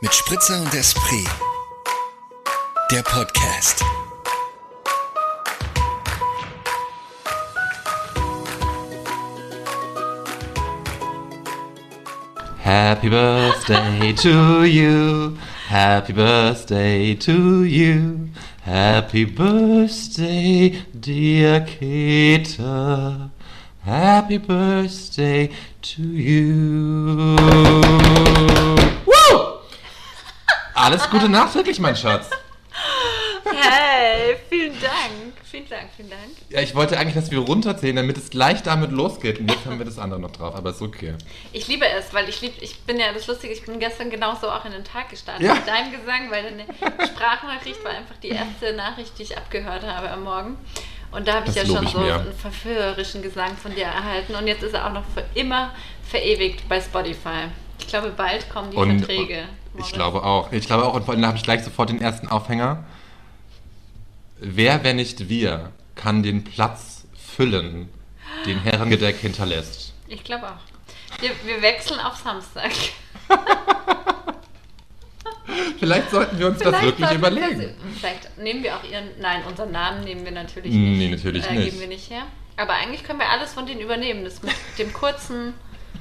Mit Spritzer und Esprit. Der Podcast. Happy birthday to you. Happy birthday to you. Happy birthday, dear Keta. Happy birthday to you. Woo! Alles Gute nachträglich, mein Schatz. Hey, vielen Dank. Vielen Dank, vielen Dank. Ja, ich wollte eigentlich, dass wir runterzählen, damit es gleich damit losgeht. Und jetzt haben wir das andere noch drauf, aber ist okay. Ich liebe es, weil ich lieb, ich bin ja das Lustige, ich bin gestern genauso auch in den Tag gestartet Ja. mit deinem Gesang, weil deine Sprachnachricht war einfach die erste Nachricht, die ich abgehört habe am Morgen. Und da habe ich Das ja lob schon ich so mir. einen verführerischen Gesang von dir erhalten. Und jetzt ist er auch noch für immer verewigt bei Spotify. Ich glaube, bald kommen die Und- Verträge. Moritz. Ich glaube auch. Ich glaube auch, und vor allem habe ich gleich sofort den ersten Aufhänger. Wer, wenn nicht wir, kann den Platz füllen, den Herrengedeck hinterlässt? Ich glaube auch. Wir, wir wechseln auf Samstag. Vielleicht sollten wir uns das wirklich sollten wir überlegen. das- vielleicht nehmen wir auch ihren. Nein, unseren Namen nehmen wir natürlich nicht. Hm, Nee, natürlich äh, nicht. Geben wir nicht her. Aber eigentlich können wir alles von denen übernehmen. Das mit dem kurzen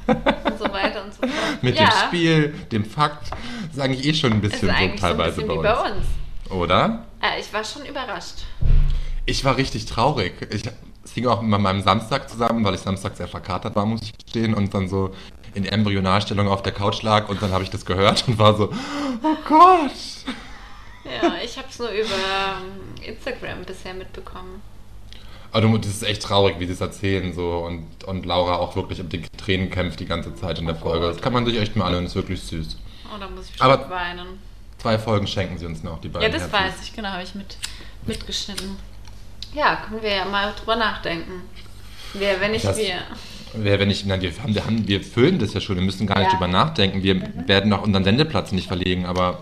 und so weiter und so fort. Mit ja, dem Spiel, dem Fakt, das ist eigentlich eh schon ein ist bisschen so eigentlich so ein teilweise bisschen wie bei uns. bei uns. Oder? Äh, ich war schon überrascht. Ich war richtig traurig. Ich, es hing auch mit meinem Samstag zusammen, weil ich Samstag sehr verkatert war, muss ich gestehen, und dann so in Embryonalstellung auf der Couch lag und dann habe ich das gehört und war so, oh Gott. Ja, ich habe es nur über ähm, Instagram bisher mitbekommen. Aber du- Also, das ist echt traurig, wie sie es erzählen so und, und Laura auch wirklich um die Tränen kämpft die ganze Zeit in der Folge. Das kann man sich echt mal anhören, ist wirklich süß. Oh, da muss ich bestimmt Aber- weinen. Zwei Folgen schenken sie uns noch, die beiden Ja, das Herzen. weiß ich, genau, habe ich mit, mitgeschnitten. Ja, können wir ja mal drüber nachdenken. Wer, wenn nicht Das- wir. Wer, wenn ich, nein, wir, haben, wir, haben, wir füllen das ja schon, wir müssen gar nicht Ja. drüber nachdenken. Wir werden auch unseren Sendeplatz nicht verlegen, aber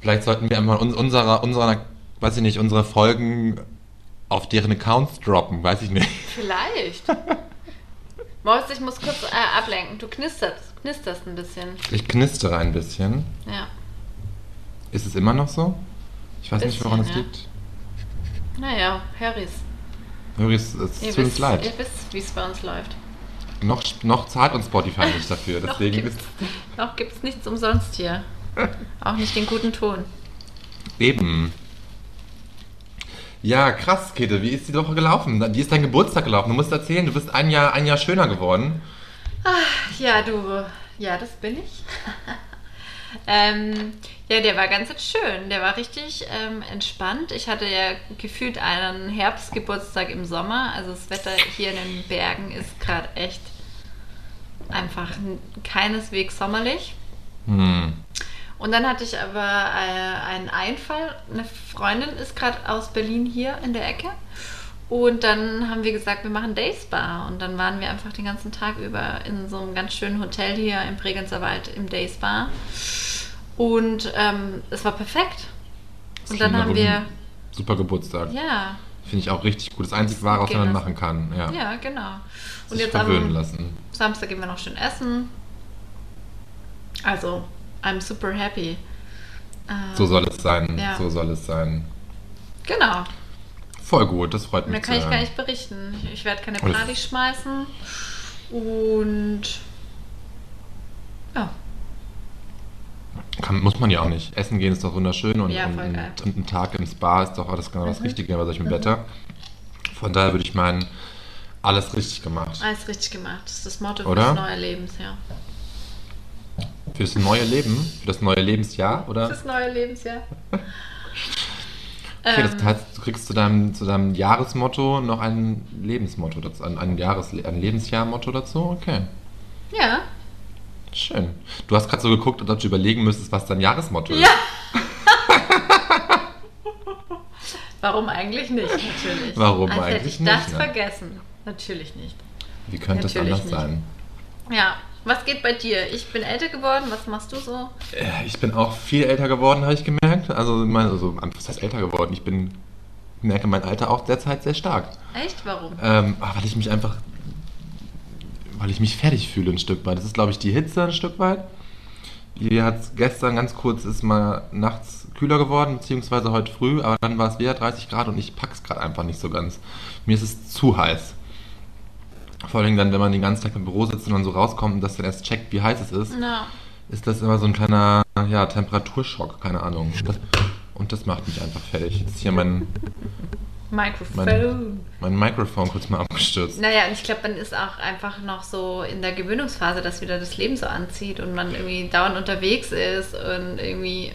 vielleicht sollten wir einmal uns, unserer, unserer, weiß ich nicht, unsere Folgen auf deren Accounts droppen, weiß ich nicht. Vielleicht. Moritz, ich muss kurz äh, ablenken. Du knisterst, knisterst ein bisschen. Ich knistere ein bisschen. Ja. Ist es immer noch so? Ich weiß nicht, Bisschen, woran es ja. liegt. Naja, Harrys. Hör es, es Ihr tut uns wisst, ihr leid. wisst, wie es bei uns läuft. Noch, noch zahlt uns Spotify nicht dafür, deswegen gibt's- ist Noch gibt es nichts umsonst hier. Auch nicht den guten Ton. Eben. Ja, krass, Kete. Wie ist die Woche gelaufen? Wie ist dein Geburtstag gelaufen? Du musst erzählen, du bist ein Jahr, ein Jahr schöner geworden. Ja, du. Ja, das bin ich. ähm, ja, der war ganz schön. Der war richtig ähm, entspannt. Ich hatte ja gefühlt einen Herbstgeburtstag im Sommer. Also das Wetter hier in den Bergen ist gerade echt einfach n- keineswegs sommerlich. Hm. Und dann hatte ich aber äh, einen Einfall. Eine Freundin ist gerade aus Berlin hier in der Ecke. Und dann haben wir gesagt, wir machen Day Spa. Und dann waren wir einfach den ganzen Tag über in so einem ganz schönen Hotel hier im Bregenzer Wald im Day Spa. Und ähm, es war Das perfekt. Und klingt dann nach haben einem wir, Super Geburtstag. ja, Finde ich auch richtig gut. Das einzige Wahre, was Gehen man lassen. machen kann. Ja. ja, genau. Und Sich jetzt verwöhnen am lassen. Samstag gehen wir noch schön essen. Also, I'm super happy. Äh, So soll es sein. Ja. So soll es sein. Genau. Voll gut, das freut mich. Mehr kann zu ich hören. gar nicht berichten. Ich- Ich werde keine Alles- Party schmeißen. Und. Ja, Kann, muss man ja auch nicht. Essen gehen ist doch wunderschön und, Ja, und, voll geil. Mhm. und ein Tag im Spa ist doch alles genau das Richtige bei solchem Wetter. Von daher würde ich meinen, alles richtig gemacht. alles richtig gemacht. Das ist das Motto Oder? des neuen Lebens, ja. Fürs neue Leben, für das neue Lebensjahr, oder? Das neue Lebensjahr. Okay, Ähm, das heißt, du kriegst zu deinem, zu deinem Jahresmotto noch ein Lebensmotto dazu, ein, ein, Jahres, ein Lebensjahrmotto dazu? Okay, ja. schön. Du hast gerade so geguckt, ob du überlegen müsstest, was dein Jahresmotto Ja. ist. Warum eigentlich nicht? Natürlich. Warum Als hätte eigentlich ich das nicht, ne? vergessen. Natürlich nicht. Wie könnte es Natürlich anders nicht. sein? Ja, was geht bei dir? Ich bin älter geworden. Was machst du so? Äh, Ich bin auch viel älter geworden, habe ich gemerkt. Also, ich meine, also, was heißt älter geworden? Ich bin, merke mein Alter auch derzeit sehr stark. Echt? Warum? Ähm, ah, weil ich mich einfach, weil ich mich fertig fühle ein Stück weit. Das ist, glaube ich, die Hitze ein Stück weit. Hier hat es gestern ganz kurz ist mal nachts kühler geworden, beziehungsweise heute früh, aber dann war es wieder 30 Grad und ich pack's gerade einfach nicht so ganz. Mir ist es zu heiß. Vor allem dann, wenn man den ganzen Tag im Büro sitzt und dann so rauskommt und das dann erst checkt, wie heiß es ist, Na, ist das immer so ein kleiner ja, Temperaturschock, keine Ahnung. Das, und das macht mich einfach fertig. Jetzt ist hier mein, Microphone. mein Mikrofon kurz mal abgestürzt. Naja, und ich glaube, man ist auch einfach noch so in der Gewöhnungsphase, dass wieder das Leben so anzieht und man irgendwie dauernd unterwegs ist und irgendwie.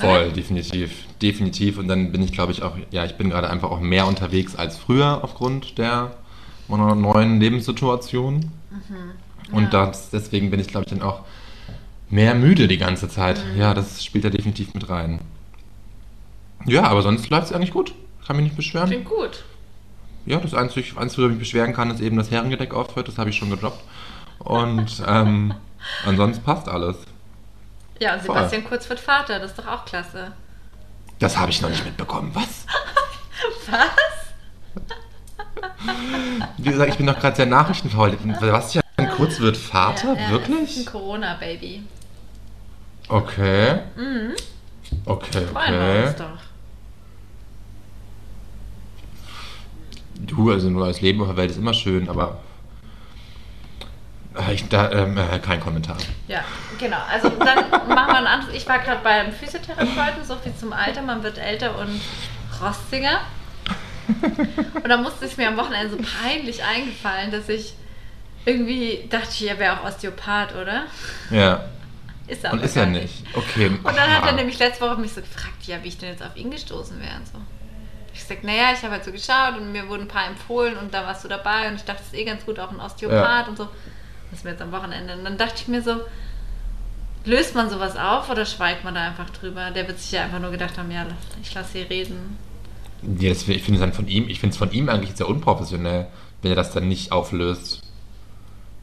Voll, definitiv. Definitiv. Und dann bin ich, glaube ich, auch, ja, ich bin gerade einfach auch mehr unterwegs als früher aufgrund der meiner neuen Lebenssituation. Und das, deswegen bin ich, glaube ich, dann auch mehr müde die ganze Zeit. Ja, das spielt da definitiv mit rein. Ja, aber sonst läuft es eigentlich gut. Kann mich nicht beschweren. Klingt gut. Ja, das einzige, einzige, worüber ich mich beschweren kann, ist eben das Herrengedeck aufhört. Das habe ich schon gedroppt. Und ähm, ansonsten passt alles. Ja, und Voll. Sebastian Kurz wird Vater, das ist doch auch klasse. Das habe ich noch nicht mitbekommen. Was? Was? Wie gesagt, ich bin doch gerade sehr nachrichtenfaul. Sebastian Kurz wird Vater? Ja, ja, das Ist Wirklich? ein Corona-Baby. Okay. Okay, Mhm. Freuen wir okay. uns doch. Du, also ein neues Leben auf der Welt ist immer schön, aber. Äh, Ich, da, ähm, äh, kein Kommentar. Ja, genau. Also dann machen wir ein anderes. Ich war gerade beim Physiotherapeuten, so viel zum Alter. Man wird älter und rostiger. Und dann musste es mir am Wochenende so peinlich eingefallen, dass ich irgendwie dachte, ich, er wäre auch Osteopath, oder? Ja. Ist er Und aber ist gar er nicht. Okay. Und dann hat er nämlich letzte Woche mich so gefragt, ja, wie ich denn jetzt auf ihn gestoßen wäre und so. Ich gesagt, naja, ich habe halt so geschaut und mir wurden ein paar empfohlen und da warst du dabei und ich dachte, das ist eh ganz gut, auch ein Osteopath und so. Das ist mir jetzt am Wochenende. Und dann dachte ich mir so, löst man sowas auf oder schweigt man da einfach drüber? Der wird sich ja einfach nur gedacht haben, ja, ich lasse sie reden. Ja, das, ich finde es dann von ihm, ich finde es von ihm eigentlich sehr unprofessionell, wenn er das dann nicht auflöst.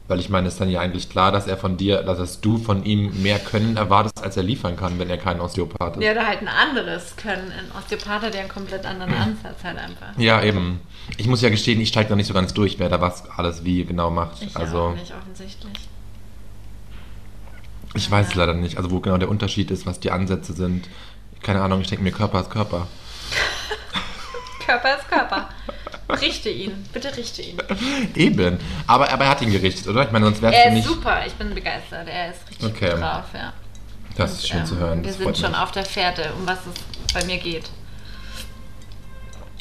Weil ich meine, es ist dann ja eigentlich klar, dass er von dir, dass du von ihm mehr Können erwartest, als er liefern kann, wenn er kein Osteopath ist. Ja, da halt ein anderes können. Ein Osteopath hat ja einen komplett anderen Ansatz halt einfach. Ja, eben. Ich muss ja gestehen, ich steige noch nicht so ganz durch, wer da was alles wie genau macht. Ich also, auch nicht, offensichtlich. ich weiß es Ja. leider nicht. Also, wo genau der Unterschied ist, was die Ansätze sind. Keine Ahnung, ich denke mir, Körper ist Körper. Körper ist Körper. Richte ihn, bitte richte ihn. Eben. Aber, aber er hat ihn gerichtet, oder? Ich meine, sonst wärst Er du ist nicht. super, ich bin begeistert. Er ist richtig Okay. gut drauf, ja. Das ist schön ähm, zu hören. Wir das sind freut schon mich. auf der Fährte, um was es bei mir geht.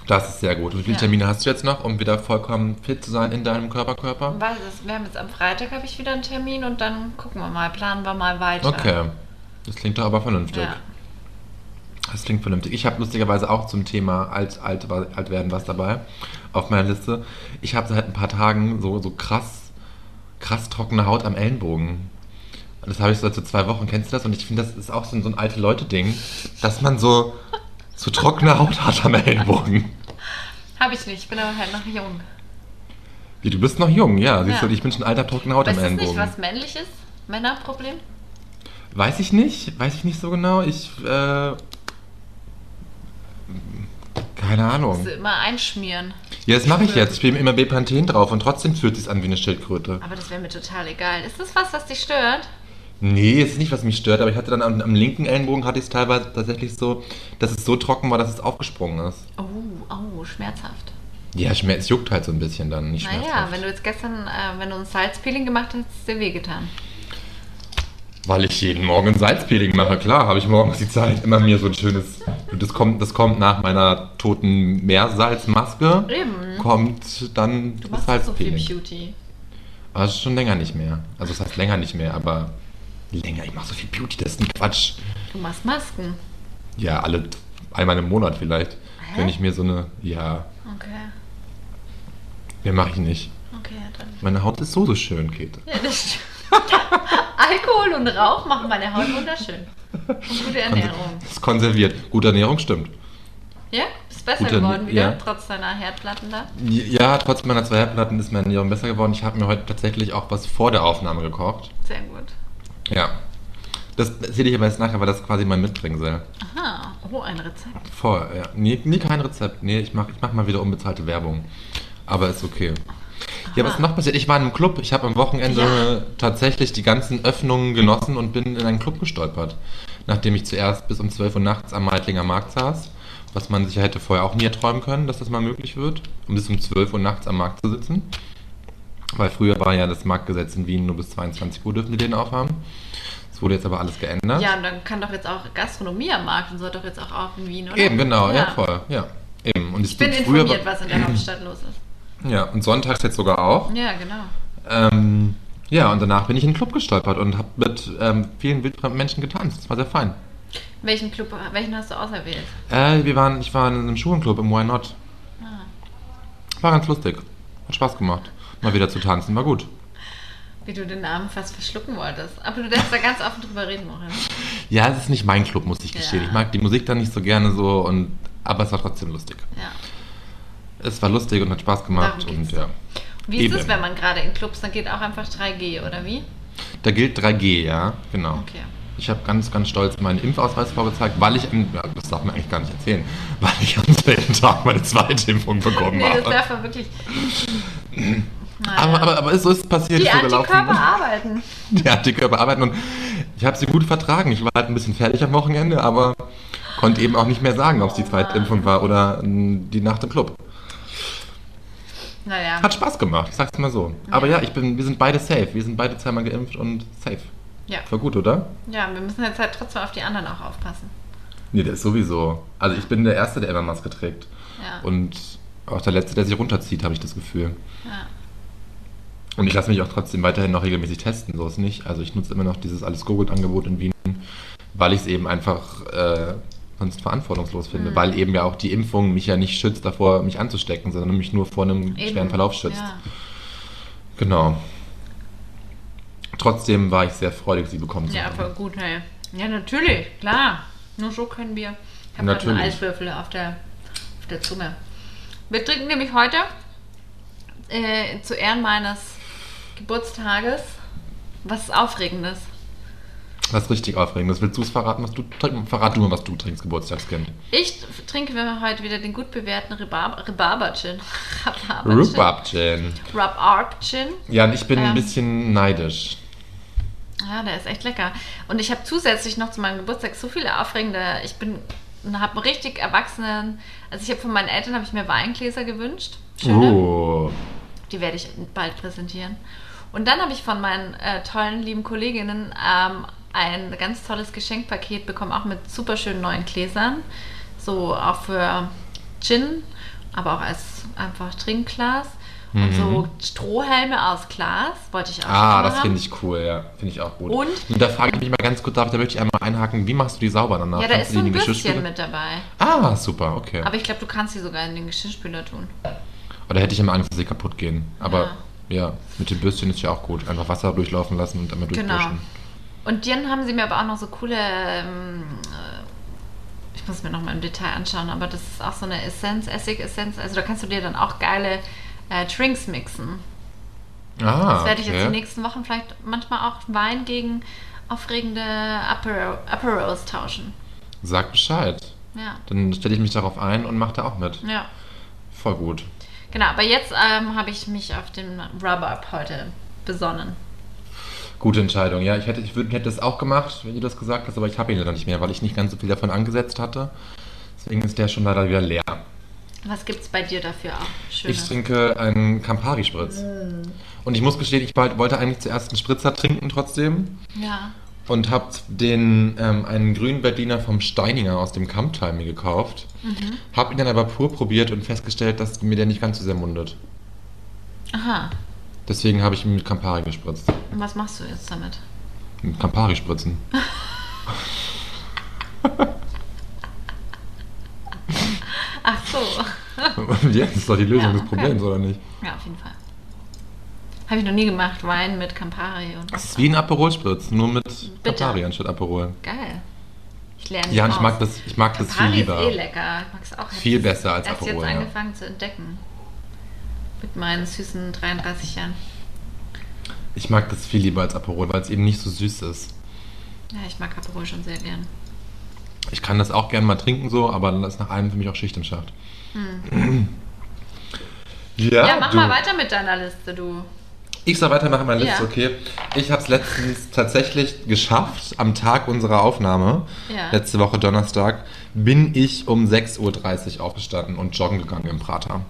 Das ist sehr gut. Und wie viele Ja. Termine hast du jetzt noch, um wieder vollkommen fit zu sein in deinem Körperkörper? Weiß Um es, wir haben jetzt am Freitag habe ich wieder einen Termin und dann gucken wir mal, planen wir mal weiter. Okay. Das klingt doch aber vernünftig. Ja. Das klingt vernünftig. Ich habe lustigerweise auch zum Thema alt, alt, alt werden was dabei auf meiner Liste. Ich habe seit ein paar Tagen so, so krass, krass trockene Haut am Ellenbogen. Und Das habe ich seit so zwei Wochen. Kennst du das? Und ich finde, das ist auch so ein, so ein alte Leute-Ding, dass man so, so trockene Haut hat am Ellenbogen. Habe ich nicht, ich bin aber halt noch jung. Wie, du bist noch jung, ja. Siehst Ja. du, ich bin schon alter, trockene Haut Weißt am du nicht, Ellenbogen. was männlich ist? Männerproblem? Weiß ich nicht, weiß ich nicht so genau. Ich, äh, keine Ahnung. Musst du Also immer einschmieren. Ja, das mache ich jetzt. Ich bin immer Bepanthen drauf und trotzdem fühlt es sich an wie eine Schildkröte. Aber das wäre mir total egal. Ist das was, was dich stört? Nee, es ist nicht, was mich stört, aber ich hatte dann am, am linken Ellenbogen hatte ich es teilweise tatsächlich so, dass es so trocken war, dass es aufgesprungen ist. Oh, oh, schmerzhaft. Ja, Schmerz es juckt halt so ein bisschen dann, nicht Naja, schmerzhaft. wenn du jetzt gestern, äh, wenn du ein Salzpeeling gemacht hast, hättest es dir wehgetan. Weil ich jeden Morgen ein Salzpeeling mache, klar, habe ich morgens die Zeit, immer mir so ein schönes. Das kommt, das kommt nach meiner toten Meersalzmaske. Eben. Kommt dann Mhm. Du das machst so viel Hm. Salzpeeling. Beauty. Aber das ist schon länger nicht mehr. Also das heißt länger nicht mehr, aber länger. Ich mache so viel Beauty, das ist ein Quatsch. Du machst Masken. Ja, alle einmal im Monat vielleicht. Hä? Wenn ich mir so eine. Ja, Okay, mehr mache ich nicht. okay, dann. Meine Haut ist so so schön, Käthe. Ja, das stimmt. Alkohol und Rauch machen meine Haut wunderschön. Und gute Ernährung. Ist konserviert. Gute Ernährung stimmt. Ja, ist besser Gute- geworden wieder, ja. trotz deiner Herdplatten da. Ja, trotz meiner zwei Herdplatten ist meine Ernährung besser geworden. Ich habe mir heute tatsächlich auch was vor der Aufnahme gekocht. Sehr gut. Ja. Das erzähle ich aber erst nachher, weil das quasi mein Mitbringsel. Aha, oh, ein Rezept. Voll, ja. Nee, nee kein Rezept. Nee, ich mache ich mach mal wieder unbezahlte Werbung. Aber ist okay. Ich Ja, was noch passiert? Ich war in einem Club. Ich habe am Wochenende Ah. Ja. tatsächlich die ganzen Öffnungen genossen und bin in einen Club gestolpert. Nachdem ich zuerst bis um 12 Uhr nachts am Meidlinger Markt saß, was man sich ja hätte vorher auch nie träumen können, dass das mal möglich wird, um bis um 12 Uhr nachts am Markt zu sitzen. Weil früher war ja das Marktgesetz in Wien nur bis 22 Uhr dürfen die Läden aufhaben. Es wurde jetzt aber alles geändert. Ja, und dann kann doch jetzt auch Gastronomie am Markt und so doch jetzt auch auf in Wien, oder? Eben, genau, ja, Ja. voll. Ja. Eben. Und Ich bin informiert, was in der Hauptstadt los ist. Ja, und sonntags jetzt sogar auch. Ja, genau. Ähm, ja, und danach bin ich in den Club gestolpert und habe mit ähm, vielen wildfremden Menschen getanzt. Das war sehr fein. Welchen Club, welchen hast du auserwählt? Äh, wir waren, ich war in einem Schulenclub im Why Not. Ah. War ganz lustig. Hat Spaß gemacht. Mal wieder zu tanzen, war gut. Wie du den Namen fast verschlucken wolltest. Aber du darfst da ganz offen drüber reden, Morin. Ja, es ist nicht mein Club, muss ich gestehen. Ja. Ich mag die Musik da nicht so gerne so, und, aber es war trotzdem lustig. Ja. Es war lustig und hat Spaß gemacht. Darum Und geht's. ja. Wie ist es, Eben. wenn man gerade in Clubs, dann geht auch einfach 3G, oder wie? Da gilt 3G, ja, genau. Okay. Ich habe ganz, ganz stolz meinen Impfausweis vorgezeigt, weil ich, am- ja, das darf man eigentlich gar nicht erzählen, weil ich am selben Tag meine zweite Impfung bekommen Nee, das habe. darf man wirklich. Naja. Aber, aber, aber ist so ist es passiert, die ist so gelaufen. ne? Antikörper arbeiten. Die Antikörper arbeiten und ich habe sie gut vertragen. Ich war halt ein bisschen fertig am Wochenende, aber konnte eben auch nicht mehr sagen, ob es die zweite Impfung war oder mh, die Nacht im Club. Naja. Hat Spaß gemacht, ich sag's mal so. Aber ja, ich bin, wir sind beide safe. Wir sind beide zweimal geimpft und safe. Ja. Voll gut, oder? ja, wir müssen jetzt halt trotzdem auf die anderen auch aufpassen. Nee, der ist sowieso. Also ich bin der Erste, der immer Maske trägt. Ja. Und auch der Letzte, der sich runterzieht, habe ich das Gefühl. ja. Und ich lasse mich auch trotzdem weiterhin noch regelmäßig testen, so ist nicht. Also ich nutze immer noch dieses alles gold angebot in Wien, weil ich es eben einfach äh, sonst verantwortungslos finde. Mhm. Weil eben ja auch die Impfung mich ja nicht schützt davor, mich anzustecken, sondern mich nur vor einem Eben. schweren Verlauf schützt. Ja. Genau. Trotzdem war ich sehr freudig, sie bekommen zu ja, haben. voll gut, hey. Ja, natürlich, klar. Nur so können wir. Ich habe gerade einen Natürlich. Eiswürfel auf der, auf der Zunge. Wir trinken nämlich heute äh, zu Ehren meines Geburtstages was Aufregendes. Das ist richtig aufregend. Das willst du es verraten, was du trinkst? Verrat du mal, was du trinkst, Geburtstagskind. Ich trinke mir heute wieder den gut bewährten Rhabarber- Rhabarber-Gin. Rhabarber-Gin. Rhubarb-Gin. Rhabarb-Gin. Ja, und ich bin Ähm. ein bisschen neidisch. Ja, Ah, der ist echt lecker. Und ich habe zusätzlich noch zu meinem Geburtstag so viele aufregende. Ich bin habe einen richtig erwachsenen. Also ich habe von meinen Eltern habe ich mir Weingläser gewünscht. Schöne. Oh. Die werde ich bald präsentieren. Und dann habe ich von meinen äh, tollen lieben Kolleginnen ähm, ein ganz tolles Geschenkpaket bekommen, auch mit super schönen neuen Gläsern. So auch für Gin, aber auch als einfach Trinkglas. Und so Strohhelme aus Glas wollte ich auch Mhm. Ah, schon mal das haben. finde ich cool, ja. Finde ich auch gut. Und? da frage ich mich mal ganz kurz, darf, ich- da möchte ich einmal einhaken, wie machst du die sauber danach? Ja, da Kannst ist du so die ein in den Würstchen Geschirrspüler- mit dabei. Ah, super, okay. Aber ich glaube, du kannst sie sogar in den Geschirrspüler tun. Oder hätte ich immer Angst, dass sie kaputt gehen. Ah. Aber ja, mit dem Bürstchen ist ja auch gut. Einfach Wasser durchlaufen lassen und einmal Genau. durchpushen. Und dann haben sie mir aber auch noch so coole, ähm, äh, ich muss mir noch mal im Detail anschauen, aber das ist auch so eine Essenz, Essig-Essenz. Also da kannst du dir dann auch geile äh, Drinks mixen. Genau. Ah, Das werde ich jetzt okay. die nächsten Wochen vielleicht manchmal auch Wein gegen aufregende Apero- Aperos tauschen. Sag Bescheid. Ja. Dann stelle ich mich darauf ein und mache da auch mit. Ja. Voll gut. Genau, aber jetzt ähm, habe ich mich auf den Rub-Up heute besonnen. Gute Entscheidung, ja. Ich hätte, ich würde, hätte es auch gemacht, wenn du das gesagt hast, aber ich habe ihn leider nicht mehr, weil ich nicht ganz so viel davon angesetzt hatte. Deswegen ist der schon leider wieder leer. Was gibt's bei dir dafür auch? Schönes? Ich trinke einen Campari-Spritz. Und ich muss gestehen, ich bald- wollte eigentlich zuerst einen Spritzer trinken trotzdem Ja. und habe den ähm, einen grünen Berliner vom Steininger aus dem Kamptal mir gekauft. Habe ihn dann aber pur probiert und festgestellt, dass mir der nicht ganz so sehr mundet. Aha. Deswegen habe ich ihn mit Campari gespritzt. Und was machst du jetzt damit? Mit Campari spritzen. Ach so. Und jetzt ist doch die Lösung Ja, des okay. Problems, oder nicht? Ja, auf jeden Fall. Habe ich noch nie gemacht. Wein mit Campari und Das ist wie ein Aperol-Spritz, nur mit Bitte. Campari anstatt Aperol. geil. Ich lerne Ja, und ich aus. mag das, ich mag das viel Campari lieber. ist eh lecker. Ich mag es auch. Viel besser als Erst Aperol, jetzt ja. angefangen zu entdecken. Mit meinen süßen 33 Jahren. Ich mag das viel lieber als Aperol, weil es eben nicht so süß ist. Ja, ich mag Aperol schon sehr gern. Ich kann das auch gerne mal trinken so, aber dann ist nach allem für mich auch Schicht im Schacht. Ja, Hm. ja, mach du. mal weiter mit deiner Liste, du. Ich soll weitermachen, meine Liste, Ja. okay. Ich habe es letztens tatsächlich geschafft, am Tag unserer Aufnahme, Ja. letzte Woche Donnerstag, bin ich um 6.30 Uhr aufgestanden und joggen gegangen im Prater.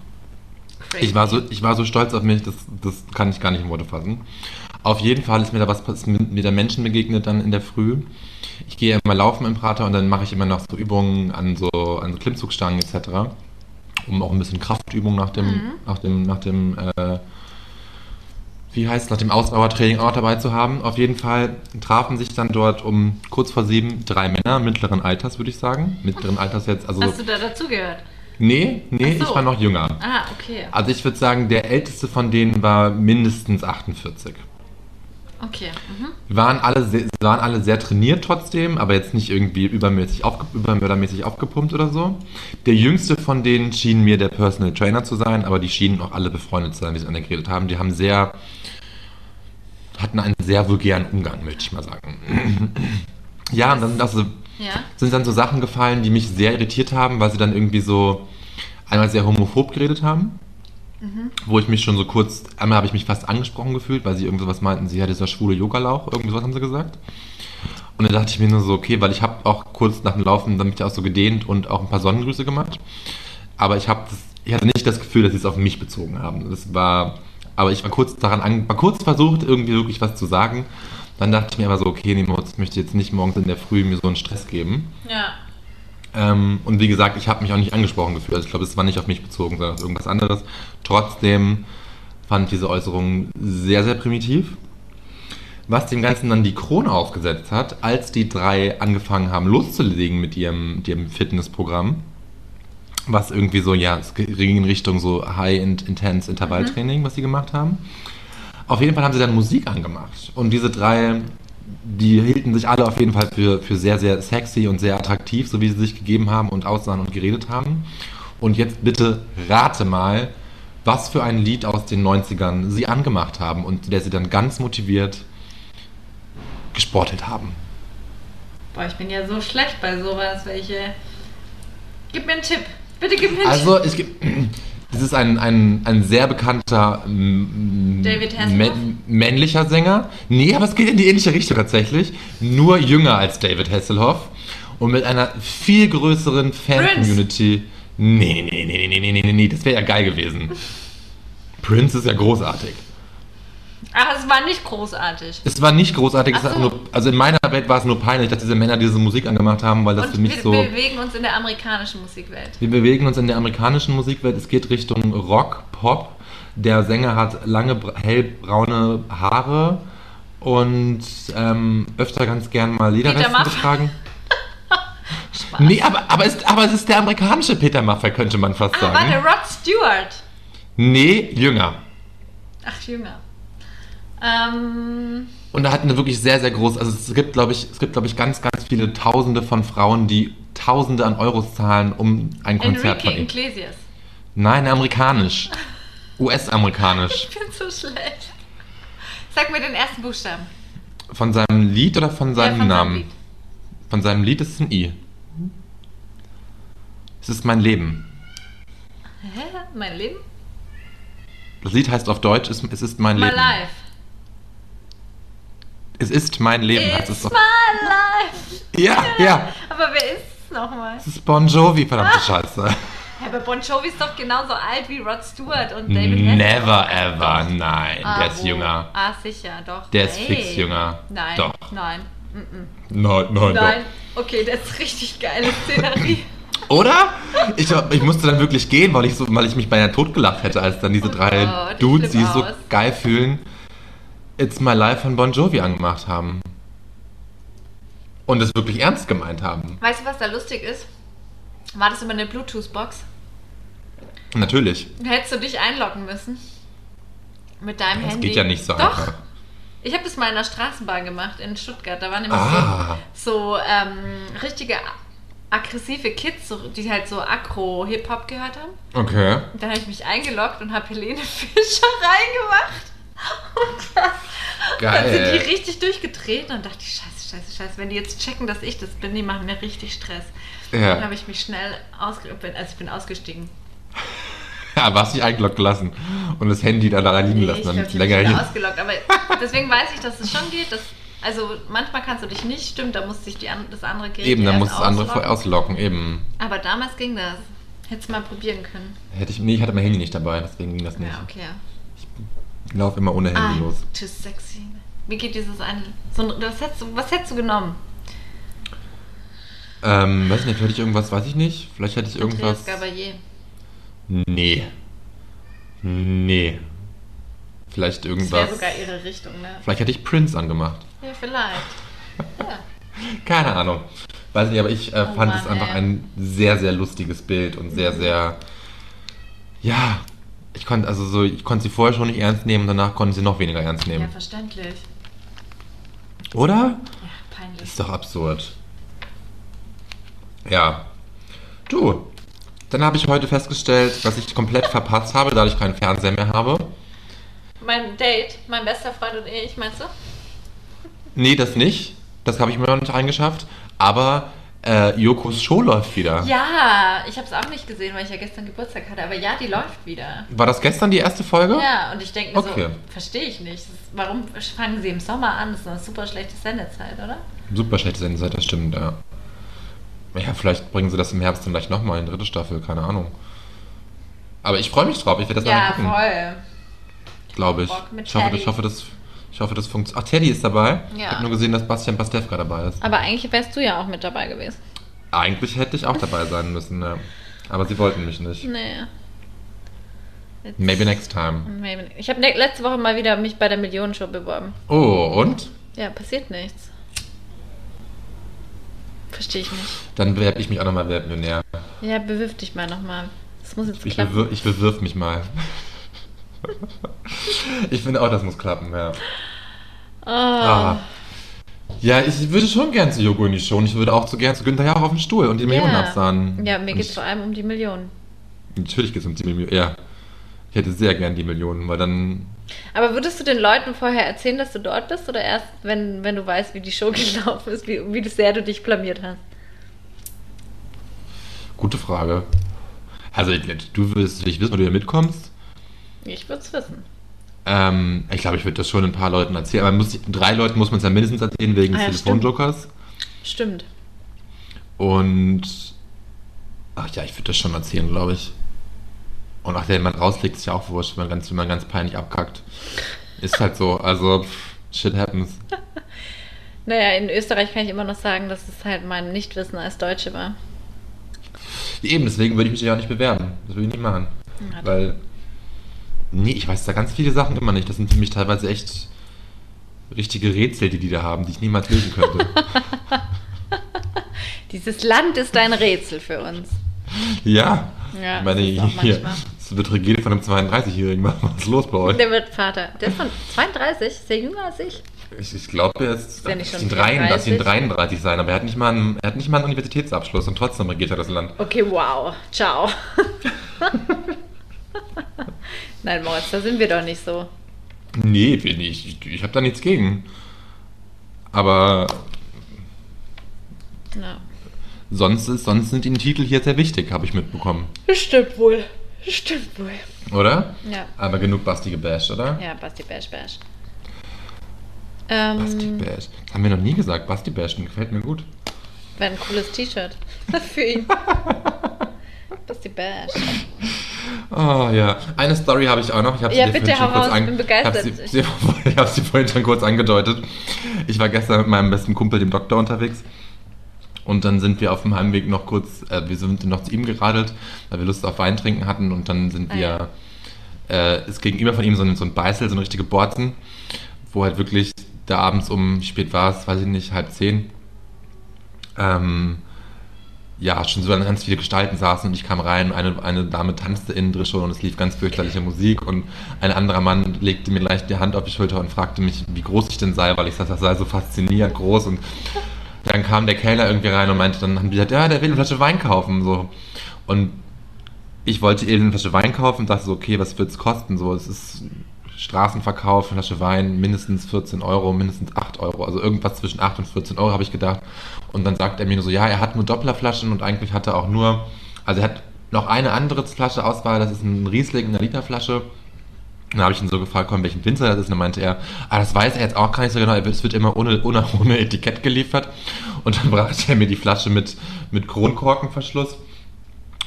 Crazy. Ich war so, ich war so stolz auf mich, das, das kann ich gar nicht in Worte fassen. Auf jeden Fall ist mir da was pass- mir da Menschen begegnet dann in der Früh. Ich gehe immer laufen im Prater und dann mache ich immer noch so Übungen an so, an so Klimmzugstangen etc. Um auch ein bisschen Kraftübung nach Mhm. dem, nach dem, nach dem, äh, wie heißt nach dem Ausdauertraining auch dabei zu haben. Auf jeden Fall trafen sich dann dort um kurz vor sieben drei Männer mittleren Alters, würde ich sagen. Mittleren Alters jetzt, also. Hast du da dazugehört? Nee, nee, Ach so. ich war noch jünger. Ah, okay. Also ich würde sagen, der älteste von denen war mindestens 48. Okay. Mhm. Waren alle sehr, waren alle sehr trainiert trotzdem, aber jetzt nicht irgendwie übermäßig aufge, übermördermäßig aufgepumpt oder so. Der jüngste von denen schien mir der Personal Trainer zu sein, aber die schienen auch alle befreundet zu sein, wie sie miteinander geredet haben. Die haben sehr hatten einen sehr vulgären Umgang, möchte ich mal sagen. Ja, und dann also, Ja. sind dann so Sachen gefallen, die mich sehr irritiert haben, weil sie dann irgendwie so einmal sehr homophob geredet haben. Wo ich mich schon so kurz, einmal habe ich mich fast angesprochen gefühlt, weil sie irgendwas meinten, sie ja, dieser schwule Yogalauch, irgendwas haben sie gesagt. Und dann dachte ich mir nur so, okay, weil ich habe auch kurz nach dem Laufen dann mich auch so gedehnt und auch ein paar Sonnengrüße gemacht. Aber ich habe das, ich hatte nicht das Gefühl, dass sie es auf mich bezogen haben. Das war, aber ich war kurz daran an, war kurz versucht, irgendwie wirklich was zu sagen. Dann dachte ich mir aber so, okay, nee, Moritz, ich möchte jetzt nicht morgens in der Früh mir so einen Stress geben. Ja. Ähm, und wie gesagt, ich habe mich auch nicht angesprochen gefühlt. Also ich glaube, es war nicht auf mich bezogen, sondern auf irgendwas anderes. Trotzdem fand ich diese Äußerung sehr, sehr primitiv. Was dem Ganzen dann die Krone aufgesetzt hat, als die drei angefangen haben loszulegen mit ihrem, mit ihrem Fitnessprogramm, was irgendwie so, ja, es ging in Richtung so High and Intense Intervalltraining, was sie gemacht haben. Auf jeden Fall haben sie dann Musik angemacht. Und diese drei, die hielten sich alle auf jeden Fall für, für sehr, sehr sexy und sehr attraktiv, so wie sie sich gegeben haben und aussahen und geredet haben. Und jetzt bitte rate mal, was für ein Lied aus den 90ern sie angemacht haben und der sie dann ganz motiviert gesportelt haben. Boah, ich bin ja so schlecht bei sowas, welche. Gib mir einen Tipp. Bitte gib mir einen Also, es gibt. Das ist ein, ein, ein sehr bekannter mm, David Hasselhoff? mä- männlicher Sänger. Nee, aber es geht in die ähnliche Richtung tatsächlich. Nur jünger als David Hasselhoff. Und mit einer viel größeren Fan-Community. Nee, nee, nee, nee, nee, nee, nee, nee, das wäre ja geil gewesen. Prince ist ja großartig. Tipp. Ach, es war nicht großartig. Es war nicht großartig, es Ach hat so. nur, also in meiner Welt war es nur peinlich, dass diese Männer diese Musik angemacht haben, weil das für Und mich wir so. wir bewegen uns in der amerikanischen Musikwelt. Wir bewegen uns in der amerikanischen Musikwelt. Es geht Richtung Rock, Pop. Der Sänger hat lange, bra- hellbraune Haare und ähm, öfter ganz gern mal Lederwesten Maffay. getragen. Nee, aber, aber, es, aber es ist der amerikanische Peter Maffay, könnte man fast Ah, sagen. warte, Rod Stewart. Nee, jünger. Ach, jünger. Ähm, Und da hat eine wirklich sehr, sehr große, also es gibt, glaube ich, es gibt, glaube ich, ganz, ganz viele Tausende von Frauen, die Tausende an Euros zahlen, um ein Konzert Enrique von ihm. Iglesias. Nein, amerikanisch. US-amerikanisch. Ich bin so schlecht. Sag mir den ersten Buchstaben. Von seinem Lied oder von seinem Ja, von Namen? Lied. Von seinem Lied ist es ein I. Es ist mein Leben. Hä? Mein Leben? Das Lied heißt auf Deutsch, es es ist mein My Leben. life. Es ist mein Leben. heißt It's es auf- my life. Ah. ja, ja. Aber wer ist es nochmal? Es ist Bon Jovi, verdammte Scheiße. Ja, aber Bon Jovi ist doch genauso alt wie Rod Stewart und David Hasselhoff. Never ever. Nein, Ah, der ist wo? jünger. Ah, sicher, doch. Der ist Hey. fix jünger. Nein, Doch. nein, Nein, nein, nein. Okay, das ist richtig geile Szenerie. doch. Oder? Ich, ich musste dann wirklich gehen, weil ich, so, weil ich mich beinahe totgelacht hätte, als dann diese Oh drei Gott, ich Dudes, die flipp es so aus. geil fühlen, It's My Life von Bon Jovi angemacht haben. Und es wirklich ernst gemeint haben. Weißt du, was da lustig ist? War das immer eine Bluetooth-Box? Natürlich. Hättest du dich einloggen müssen? Mit deinem Das Handy. geht ja nicht so Doch. einfach. Ich habe das mal in der Straßenbahn gemacht in Stuttgart. Da waren nämlich Ah. so, so ähm, richtige aggressive Kids, so, die halt so Akro-Hip-Hop gehört haben. Okay. Und dann habe ich mich eingeloggt und habe Helene Fischer reingemacht. Und dann- dann sind Geil. die richtig durchgedreht und dachte ich, scheiße, scheiße, scheiße. Wenn die jetzt checken, dass ich das bin, die machen mir richtig Stress. Ja. Dann habe ich mich schnell ausge... bin- Also ich bin ausgestiegen. Aber hast dich eingeloggt gelassen und das Handy da, da liegen lassen, ich damit glaub, es ich länger bin hin. wieder ausgelockt. Aber deswegen weiß ich, dass es schon geht. Dass, also manchmal kannst du dich nicht, stimmt, da muss sich die, an- das andere Gerät Eben, dann erst muss das andere auslocken. vorher auslocken, eben. Aber damals ging das. Hättest du mal probieren können. Hätte ich, nee, ich hatte mein Handy nicht dabei, deswegen ging das nicht. Ja, okay. Ich laufe immer ohne Handy I'm los. too Ah, sexy. Wie geht dieses eine? So, ein- was, hättest du, was hättest du genommen? Ähm, weiß ich nicht, hätte ich irgendwas, weiß ich nicht. Vielleicht hätte ich irgendwas. Andreas Gabalier. Nee. Nee. Vielleicht Das wäre irgendwas. sogar ihre Richtung, ne? Vielleicht hätte ich Prince angemacht. Ja, vielleicht. Ja. Keine Ahnung. Weiß nicht, aber ich äh, Oh fand Mann, es einfach ey. Mhm. ein sehr, sehr lustiges Bild und sehr, sehr. Ja. Ich konnte also so, ich konnte sie vorher schon nicht ernst nehmen, danach konnte sie noch weniger ernst ja, nehmen. verständlich. Oder? Ja, peinlich. Ist doch absurd. Ja. Du. Dann habe ich heute festgestellt, dass ich komplett verpasst habe, da ich keinen Fernseher mehr habe. Mein Date, mein bester Freund und ich, meinst du? Nee, das nicht. Das habe ich mir noch nicht reingeschafft. Aber äh, Jokos Show läuft wieder. Ja, ich habe es auch nicht gesehen, weil ich ja gestern Geburtstag hatte. Aber ja, die läuft wieder. War das gestern die erste Folge? Ja, und ich denke mir Okay. so, verstehe ich nicht. Das ist, warum fangen sie im Sommer an? Das ist eine super schlechte Sendezeit, oder? Super schlechte Sendezeit, das stimmt, ja. Ja, vielleicht bringen sie das im Herbst dann gleich nochmal in die dritte Staffel, keine Ahnung. Aber ich freue mich drauf, ich werde das ja, nachher gucken, voll. glaube ich. Bock mit Ich hoffe, Teddy. ich hoffe, das, ich hoffe, das funktioniert. Ach, Teddy ist dabei. Ja. Ich habe nur gesehen, dass Bastian Pastewka dabei ist. Aber eigentlich wärst du ja auch mit dabei gewesen. Eigentlich hätte ich auch dabei sein müssen, ja. Aber sie wollten mich nicht. Nee. Jetzt- Maybe next time. Maybe. Ich habe letzte Woche mal wieder mich bei der Millionenshow beworben. Oh, und? Ja, passiert nichts. Verstehe ich nicht. Dann bewerbe ich mich auch nochmal, werde Millionär. Ja, bewirf dich mal nochmal. Das muss jetzt Ich, klappen. bewir ich bewirf mich mal. ich finde auch, das muss klappen, ja. Ah. Ah. Ja, ich würde schon gern zu Jogo in die Show und ich würde auch zu gern zu Günther Jauch auf dem Stuhl und die Millionen ja. absahen. Ja, mir geht es vor Und allem um die Millionen. ich- Natürlich geht es um die Millionen, ja. Ich hätte sehr gern die Millionen, weil dann. Aber würdest du den Leuten vorher erzählen, dass du dort bist oder erst, wenn, wenn du weißt, wie die Show gelaufen ist, wie, wie sehr du dich blamiert hast? Gute Frage. Also, du würdest natürlich wissen, wo du hier mitkommst. Ich würde es wissen. Ähm, ich glaube, ich würde das schon ein paar Leuten erzählen. Aber man muss, drei Leuten muss man es ja mindestens erzählen wegen Ah, ja, des Telefonjokers. Stimmt. Und. Ach ja, ich würde das schon erzählen, glaube ich. Und ach, wenn man rauslegt, ist ja auch wurscht, wenn man ganz, wenn man ganz peinlich abkackt. Ist halt so, also, pff, shit happens. Naja, in Österreich kann ich immer noch sagen, dass es halt mein Nichtwissen als Deutsche war. Eben, deswegen würde ich mich ja auch nicht bewerben. Das würde ich nicht machen. Ja, Weil. Nee, ich weiß da ganz viele Sachen immer nicht. Das sind für mich teilweise echt richtige Rätsel, die die da haben, die ich niemals lösen könnte. Dieses Land ist ein Rätsel für uns. ja. Ja, Ich meine, das ist auch hier, manchmal. es wird regiert von einem 32-Jährigen. Was ist los bei euch? Der wird Vater. Der ist von 32, ist der jünger als ich. Ich, ich glaube, er ist, Ist er nicht schon in 33, dass ihn 34? 33 sein, aber er hat, nicht mal einen, er hat nicht mal einen Universitätsabschluss und trotzdem regiert er das Land. Okay, wow. Ciao. Nein, Moritz, da sind wir doch nicht so. Nee, bin ich. Ich, ich habe da nichts gegen. Aber Ja. sonst, ist, sonst sind die Titel hier sehr wichtig, habe ich mitbekommen. Das stimmt wohl. Das stimmt wohl. Oder? Ja. Aber genug bastige Bash, oder? Ja, Basti Bash Bash. Ähm, Basti Bash. Das haben wir noch nie gesagt. Basti Bash, gefällt mir gut. Wäre ein cooles T-Shirt für ihn. Basti Bash. Oh ja. Eine Story habe ich auch noch. Ich habe Ja, dir bitte, vorhin schon hau kurz raus, an- ich bin begeistert. Ich habe sie, ich hab sie vorhin schon kurz angedeutet. Ich war gestern mit meinem besten Kumpel, dem Doktor, unterwegs. Und dann sind wir auf dem Heimweg noch kurz, äh, wir sind noch zu ihm geradelt, weil wir Lust auf Wein trinken hatten. Und dann sind Ah, wir, äh, ist gegenüber von ihm so ein, so ein Beißel, so eine richtige Borzen, wo halt wirklich da abends um, wie spät war es, weiß ich nicht, halb zehn, ähm, ja, schon so ganz viele Gestalten saßen und ich kam rein. Eine, eine Dame tanzte innen drin schon und es lief ganz fürchterliche Musik. Und ein anderer Mann legte mir leicht die Hand auf die Schulter und fragte mich, wie groß ich denn sei, weil ich sagte, das sei so faszinierend groß. Und dann kam der Kellner irgendwie rein und meinte dann, haben die gesagt, ja, der will eine Flasche Wein kaufen. So. Und ich wollte eben eine Flasche Wein kaufen und dachte so, okay, was wird's kosten? So, es ist Straßenverkauf, eine Flasche Wein, mindestens 14 Euro, mindestens 8 Euro, also irgendwas zwischen 8 und 14 Euro, habe ich gedacht. Und dann sagt er mir nur so, ja, er hat nur Dopplerflaschen und eigentlich hat er auch nur, also er hat noch eine andere Flasche Auswahl, das ist ein Riesling in einer Literflasche. Dann habe ich ihn so gefragt, komm, welchen Winzer das ist. Und dann meinte er, ah, das weiß er jetzt auch gar nicht so genau, es wird immer ohne, ohne, ohne Etikett geliefert. Und dann brachte er mir die Flasche mit, mit Kronkorkenverschluss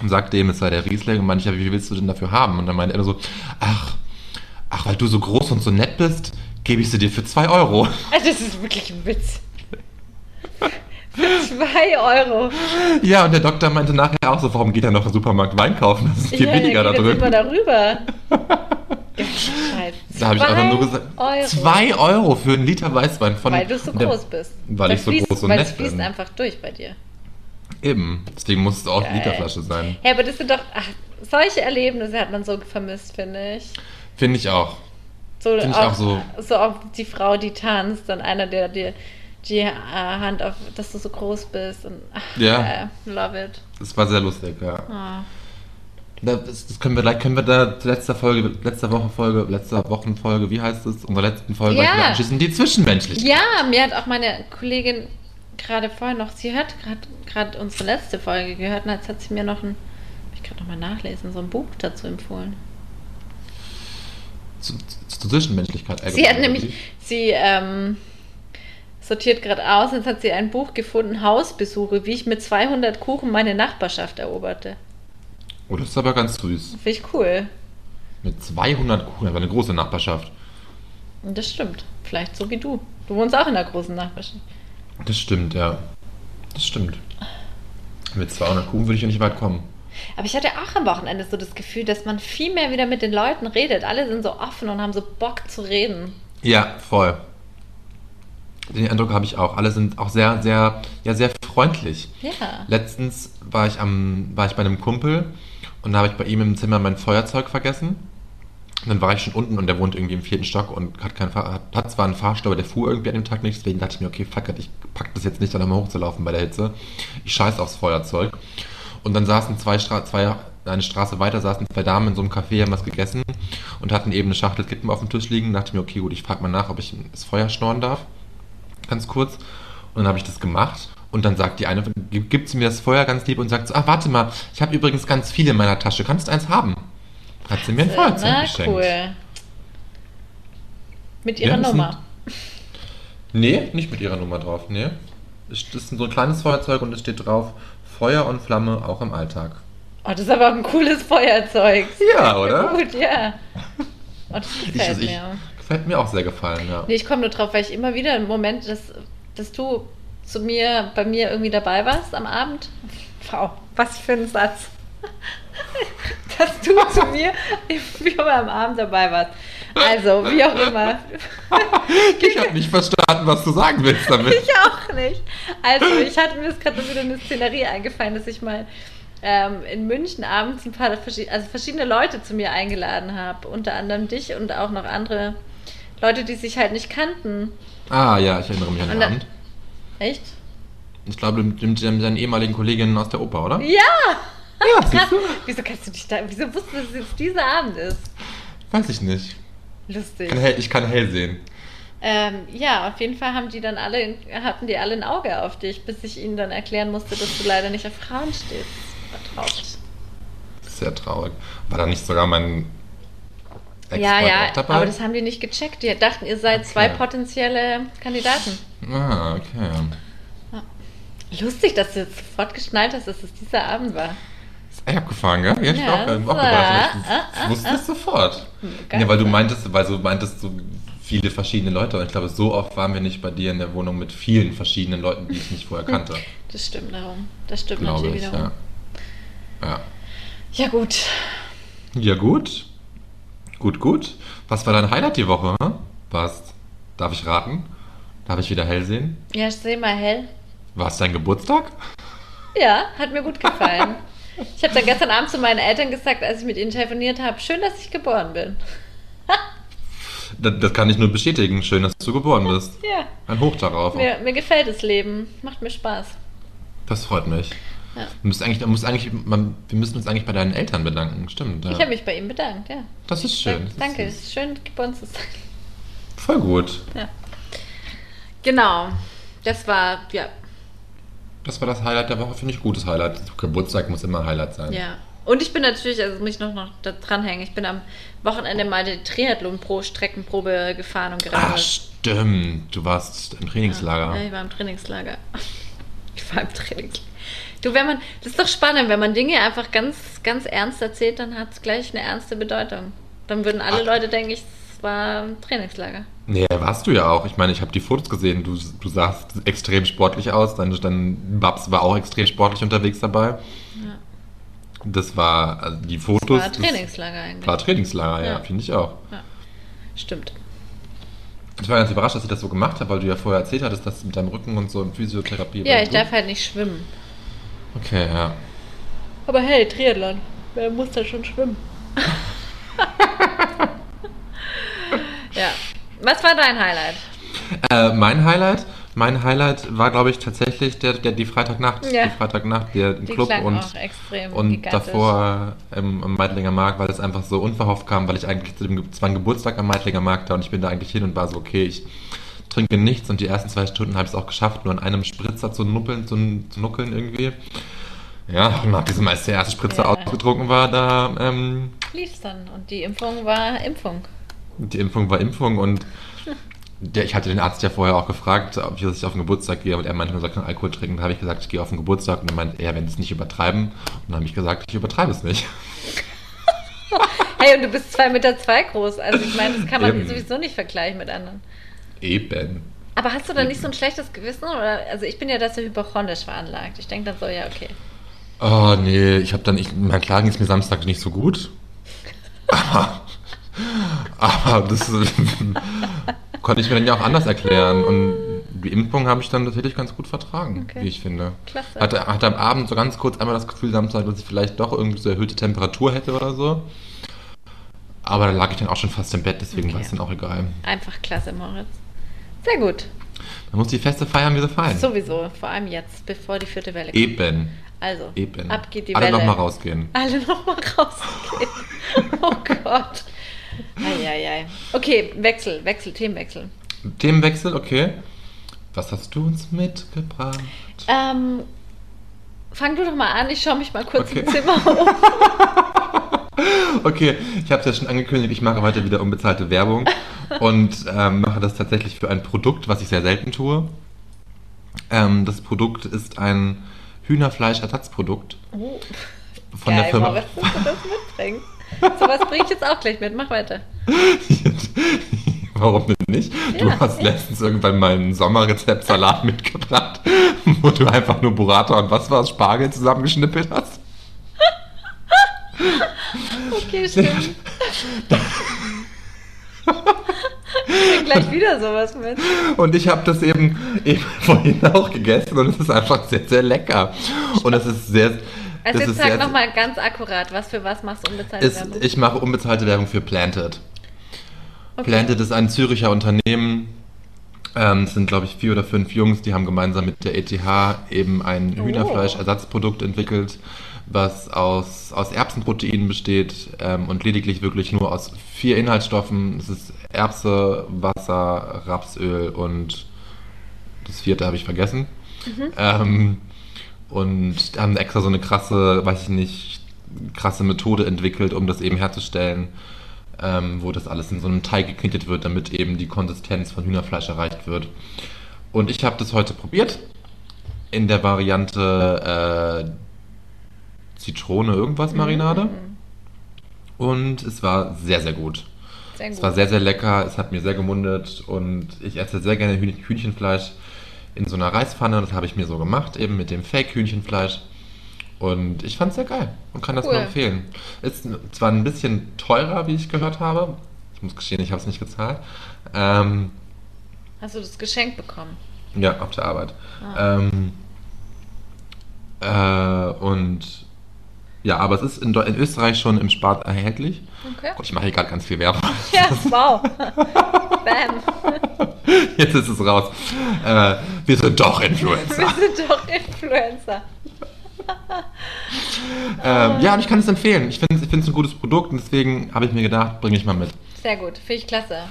und sagte ihm, es sei der Riesling. Und meinte ich, ja, wie viel willst du denn dafür haben? Und dann meinte er so, ach, ach, weil du so groß und so nett bist, gebe ich sie dir für 2 Euro. Also das ist wirklich ein Witz. Für zwei Euro. Ja, und der Doktor meinte nachher auch so, warum geht er noch im Supermarkt Wein kaufen? Das ist viel Ja, weniger da dann drüben. geht jetzt Immer darüber. Gescheitert. Da habe ich einfach nur gesagt, Euro. 2 Euro für einen Liter Weißwein von. Weil du so und der- groß bist. weil ich so fließt, groß und weil nett es fließt bin. einfach durch bei dir. Eben. Deswegen muss es auch Geil. eine Literflasche sein. Hey, aber das sind doch. Ach, solche Erlebnisse hat man so vermisst, finde ich. Finde ich auch. So Finde ich auch so. So auch die Frau, die tanzt, dann einer, der dir die äh, Hand auf, dass du so groß bist. Und, ach, Ja. geil. love it. Es war sehr lustig, ja. Ah. Da- Das, das können wir gleich, können wir da zu letzter Folge, letzter Woche Folge, letzter Wochenfolge, wie heißt es? Unserer letzten Folge Ja. gleich wieder anschließen, die zwischenmenschlich. Ja, mir hat auch meine Kollegin gerade vorhin noch, sie hat gerade- gerade unsere letzte Folge gehört und jetzt hat sie mir noch ein, ich kann nochmal nachlesen, so ein Buch dazu empfohlen. Zu, zu, zur Zwischenmenschlichkeit. Sie hat allgemein, nämlich, sie ähm, sortiert gerade aus, jetzt hat sie ein Buch gefunden, Hausbesuche, wie ich mit 200 Kuchen meine Nachbarschaft eroberte. Oh, das ist aber ganz süß. Finde ich cool. Mit 200 Kuchen, das war eine große Nachbarschaft. Und das stimmt. Vielleicht so wie du. Du wohnst auch in einer großen Nachbarschaft. Das stimmt, ja. Das stimmt. Mit 200 Kuchen würde ich ja nicht weit kommen. Aber ich hatte auch am Wochenende so das Gefühl, dass man viel mehr wieder mit den Leuten redet. Alle sind so offen und haben so Bock zu reden. Ja, voll. Den Eindruck habe ich auch. Alle sind auch sehr, sehr, ja, sehr freundlich. Ja. Letztens war ich, am, war ich bei einem Kumpel und da habe ich bei ihm im Zimmer mein Feuerzeug vergessen. Und dann war ich schon unten und der wohnt irgendwie im vierten Stock und hat, keinen Fahr hat, hat zwar einen Fahrstuhl, aber der fuhr irgendwie an dem Tag nicht. Deswegen dachte ich mir, okay, fuck it, ich pack das jetzt nicht, dann nochmal hochzulaufen bei der Hitze. Ich scheiß aufs Feuerzeug. Und dann saßen zwei, Stra zwei eine Straße weiter saßen zwei Damen in so einem Café, haben was gegessen und hatten eben eine Schachtel Kippen auf dem Tisch liegen. Dachte mir, okay, gut, ich frage mal nach, ob ich das Feuer schnorren darf ganz kurz. Und dann habe ich das gemacht. Und dann sagt die eine, gibt gibt sie mir das Feuer ganz lieb und sagt so, ah, warte mal, ich habe übrigens ganz viele in meiner Tasche, kannst du eins haben? Hat sie mir ein Feuerzeug Na, geschenkt. cool. Mit ihrer Ja, das Nummer. Nee, nicht mit ihrer Nummer drauf, nee. Das ist so ein kleines Feuerzeug und es steht drauf, Feuer und Flamme auch im Alltag. Oh, das ist aber auch ein cooles Feuerzeug. Ja, oder? Gut, ja. Oh, das Ich, gefällt also ich, mir. gefällt mir auch sehr gefallen, ja. Nee, ich komme nur drauf, weil ich immer wieder im Moment, dass, dass du zu mir, bei mir irgendwie dabei warst am Abend. Wow, was für ein Satz. dass du zu mir immer am Abend dabei warst. Also, wie auch immer. Ich habe nicht verstanden, was du sagen willst damit. Ich auch nicht. Also, ich hatte mir jetzt gerade wieder eine Szenerie eingefallen, dass ich mal ähm, in München abends ein paar verschi- also verschiedene Leute zu mir eingeladen habe. Unter anderem dich und auch noch andere Leute, die sich halt nicht kannten. Ah ja, ich erinnere mich an Und den dann- Abend. Echt? Ich glaube, mit, mit deinen ehemaligen Kolleginnen aus der Oper, oder? Ja! Ja, siehst du? Wieso kannst du dich da. Wieso wusstest du, dass es jetzt dieser Abend ist? Weiß ich nicht. Lustig. Ich kann hell, ich kann hell sehen. Ähm, ja, auf jeden Fall haben die dann alle, hatten die alle ein Auge auf dich, bis ich ihnen dann erklären musste, dass du leider nicht auf Frauen stehst. Das war traurig. Sehr traurig. War da nicht sogar mein Ex-Freund Ja, ja, auch dabei? aber das haben die nicht gecheckt. Die dachten, ihr seid zwei Okay. potenzielle Kandidaten. ah, okay. Lustig, dass du jetzt sofort geschnallt hast, dass es dieser Abend war. Ist echt abgefahren, gell? Ja, ich Ja, auch, ähm, so. auch gedacht. Ich, Ah, ich wusste es sofort. geil. Ja, weil du meintest, weil du meintest so viele verschiedene Leute. Und ich glaube, so oft waren wir nicht bei dir in der Wohnung mit vielen verschiedenen Leuten, die ich nicht vorher kannte. Das stimmt darum. Das stimmt glaube natürlich ich, ja. wiederum. ja. Ja. gut. Ja, gut. Gut, gut. Was war dein Highlight die Woche? hm? Was? Darf ich raten? Darf ich wieder hell sehen? Ja, seh mal hell. War es dein Geburtstag? Ja, hat mir gut gefallen. Ich habe dann gestern Abend zu meinen Eltern gesagt, als ich mit ihnen telefoniert habe, schön, dass ich geboren bin. Das, das kann ich nur bestätigen. Schön, dass du geboren bist. Ja, Ein Hoch darauf. mir, mir gefällt das Leben. Macht mir Spaß. Das freut mich. Ja. Du musst eigentlich, du musst eigentlich, man, wir müssen uns eigentlich bei deinen Eltern bedanken. Stimmt. Ja. Ich habe mich bei ihm bedankt, ja. das ist schön. Das Danke, Ist ist schön geboren zu sein. voll gut. Genau, das war, ja, Das war das Highlight der Woche. Finde ich ein gutes Highlight. Geburtstag muss immer ein Highlight sein. ja. Und ich bin natürlich, also das muss ich noch, noch da dranhängen, ich bin am Wochenende mal die Triathlon-Pro-Streckenprobe gefahren und gerannt. Ah, stimmt. Du warst im Trainingslager. Ja, ich war im Trainingslager. Ich war im Trainingslager. Du, wenn man, das ist doch spannend, wenn man Dinge einfach ganz, ganz ernst erzählt, dann hat es gleich eine ernste Bedeutung. Dann würden alle Ah. Leute denken, ich- es war ein Trainingslager. Nee, warst du ja auch. Ich meine, ich habe die Fotos gesehen. Du, du sahst extrem sportlich aus. Dein, dein Babs war auch extrem sportlich unterwegs dabei. Das war also die Fotos. War ein Trainingslager eigentlich. Das war Trainingslager, ja, Ja. finde ich auch. Stimmt. Ich war ganz überrascht, dass ich das so gemacht habe, weil du ja vorher erzählt hattest, dass mit deinem Rücken und so in Physiotherapie. Ja, war ich gut. darf halt nicht schwimmen. Okay, ja. Aber hey, Triathlon. Wer muss da schon schwimmen? ja. Was war dein Highlight? Äh, mein Highlight, mein Highlight war, glaube ich, tatsächlich der, der die Freitagnacht, Ja. die Freitagnacht, der im Die Club klang und auch extrem und Ähm, gigantisch. davor im, im Meidlinger Markt, weil es einfach so unverhofft kam, weil ich eigentlich zu dem Ge- es war ein Geburtstag am Meidlinger Markt da und ich bin da eigentlich hin und war so okay, ich trinke nichts und die ersten zwei Stunden habe ich es auch geschafft, nur an einem Spritzer zu nuppeln, zu, zu nuckeln irgendwie. Ja, und nachdem als der erste Spritzer Ja. ausgetrunken war, da ähm, lief's dann. Und die Impfung war Impfung. die Impfung war Impfung und der, ich hatte den Arzt ja vorher auch gefragt, ob ich, dass ich auf den Geburtstag gehe und er meinte, man soll keinen Alkohol trinken. Dann habe ich gesagt, ich gehe auf den Geburtstag und er meinte, er, wenn sie es nicht übertreiben. Und dann habe ich gesagt, ich übertreibe es nicht. Hey, und du bist 2,2 Meter zwei groß. Also ich meine, das kann man Eben. sowieso nicht vergleichen mit anderen. Eben. Aber hast du dann nicht so ein schlechtes Gewissen? Oder? Also ich bin ja dazu hypochondisch veranlagt. Ich denke dann so, ja, okay. Oh, nee, ich habe dann, ich, na klar ging es mir Samstag nicht so gut. Aber, aber das äh, konnte ich mir dann ja auch anders erklären. Und die Impfung habe ich dann tatsächlich ganz gut vertragen, Okay. wie ich finde. Klasse. Hatte, hatte am Abend so ganz kurz einmal das Gefühl Samstag, dass ich vielleicht doch irgendwie so erhöhte Temperatur hätte oder so. Aber da lag ich dann auch schon fast im Bett, deswegen Okay. war es dann auch egal. Einfach klasse, Moritz. Sehr gut. Man muss die Feste feiern, wie sie fallen. Sowieso. Vor allem jetzt, bevor die vierte Welle kommt. Eben, Also, eben. ab geht die Alle Welle. nochmal rausgehen. Alle nochmal rausgehen. oh Gott. Eieiei. Okay, Wechsel, Wechsel, Themenwechsel. Themenwechsel, okay. Was hast du uns mitgebracht? Ähm, fang du doch mal an, ich schaue mich mal kurz Okay. im Zimmer um. Okay, ich habe es ja schon angekündigt, ich mache heute wieder unbezahlte Werbung und ähm, mache das tatsächlich für ein Produkt, was ich sehr selten tue. Ähm, das Produkt ist ein Hühnerfleischersatzprodukt Oh, von geil, der Firma. Moritz, dass du das mitbringst. Sowas bringe ich jetzt auch gleich mit. Mach weiter. Warum denn nicht? Du Ja. hast letztens irgendwann mal einen Sommerrezept-Salat mitgebracht, wo du einfach nur Burrata und was war es, Spargel zusammengeschnippelt hast. Okay, stimmt. Ich bring gleich wieder sowas mit. Und ich habe das eben, eben vorhin auch gegessen und es ist einfach sehr, sehr lecker. Und es ist sehr. es Also jetzt ist sag sehr- nochmal ganz akkurat, was für was machst du unbezahlte es- Werbung? Ich mache unbezahlte Werbung für Planted. Planted ist ein Züricher Unternehmen. Ähm, es sind, glaube ich, vier oder fünf Jungs, die haben gemeinsam mit der ETH eben ein Oh. Hühnerfleischersatzprodukt entwickelt, was aus, aus Erbsenproteinen besteht ähm, und lediglich wirklich nur aus vier Inhaltsstoffen. Es ist Erbse, Wasser, Rapsöl und das vierte habe ich vergessen. Ähm, und haben extra so eine krasse, weiß ich nicht, krasse Methode entwickelt, um das eben herzustellen, ähm, wo das alles in so einem Teig geknetet wird, damit eben die Konsistenz von Hühnerfleisch erreicht wird. Und ich habe das heute probiert in der Variante äh, Zitrone irgendwas Marinade und es war sehr sehr gut. Sehr Es war gut. sehr, sehr lecker, es hat mir sehr gemundet und ich esse sehr gerne Hühn Hühnchenfleisch in so einer Reispfanne. Das habe ich mir so gemacht, eben mit dem Fake-Hühnchenfleisch. Und ich fand es sehr geil und kann das Cool. nur empfehlen. Ist n- zwar ein bisschen teurer, wie ich gehört habe. Ich muss gestehen, ich habe es nicht gezahlt. Ähm, Hast du das Geschenk bekommen? ja, auf der Arbeit. Ähm, äh, und ja, aber es ist in, Deu- in Österreich schon im Spart erhältlich. Okay. Gott, ich mache hier gerade ganz viel Werbung. Ja, wow. Bam. Jetzt ist es raus. Äh, wir sind doch Influencer. Wir sind doch Influencer. ähm, ja, und ich kann es empfehlen. Ich finde es ich find's ein gutes Produkt und deswegen habe ich mir gedacht, bringe ich mal mit. Sehr gut, finde ich klasse.